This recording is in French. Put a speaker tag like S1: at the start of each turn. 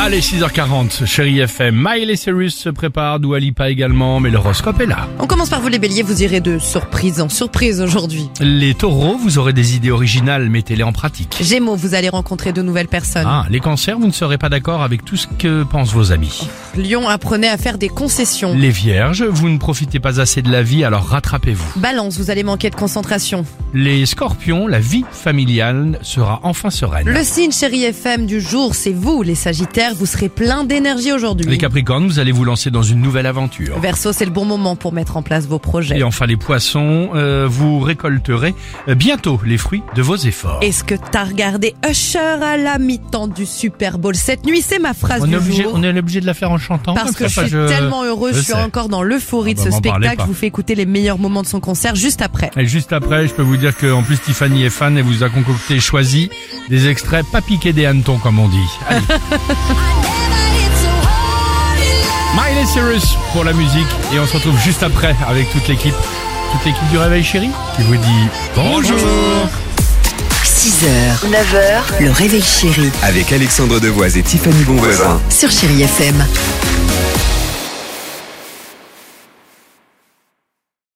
S1: Allez, 6h40, chérie FM. Miley Cyrus se prépare, Dua Lipa également, mais l'horoscope est là.
S2: On commence par vous les béliers, vous irez de surprise en surprise aujourd'hui.
S1: Les taureaux, vous aurez des idées originales, mettez-les en pratique.
S2: Gémeaux, vous allez rencontrer de nouvelles personnes.
S1: Ah, les cancers, vous ne serez pas d'accord avec tout ce que pensent vos amis.
S2: Lion, apprenez à faire des concessions.
S1: Les vierges, vous ne profitez pas assez de la vie, alors rattrapez-vous.
S2: Balance, vous allez manquer de concentration.
S1: Les scorpions, la vie familiale sera enfin sereine.
S2: Le signe Chéri FM du jour, c'est vous les sagittaires, vous serez plein d'énergie
S1: Les
S2: aujourd'hui.
S1: capricornes, vous allez vous lancer dans une nouvelle aventure.
S2: Verseau, c'est le bon moment pour mettre en place vos projets.
S1: Et enfin les poissons, euh, vous récolterez euh, bientôt les fruits de vos efforts.
S2: Est-ce que t'as regardé Usher à la mi-temps du Super Bowl cette nuit C'est ma phrase
S1: on
S2: du
S1: est, obligé,
S2: jour.
S1: on est obligé de la faire en chantant.
S2: Parce
S1: comme
S2: que je
S1: ça,
S2: suis tellement heureux, je,
S1: je
S2: suis
S1: sais.
S2: encore dans l'euphorie de
S1: Ah
S2: ce
S1: bah, m'en parlez
S2: spectacle.
S1: pas.
S2: Je vous fais écouter les meilleurs moments de son concert juste après.
S1: Et juste après, je peux vous dire que en plus Tiffany est fan et vous a concocté, choisi des extraits pas piqués des hannetons comme on dit. Allez. Miley Cyrus pour la musique et on se retrouve juste après avec toute l'équipe, toute l'équipe du Réveil Chéri qui vous dit bonjour.
S3: 6h, 9h, le réveil chéri
S4: Avec Alexandre Devoise et Tiffany Bonvoisin.
S3: sur Chéri FM.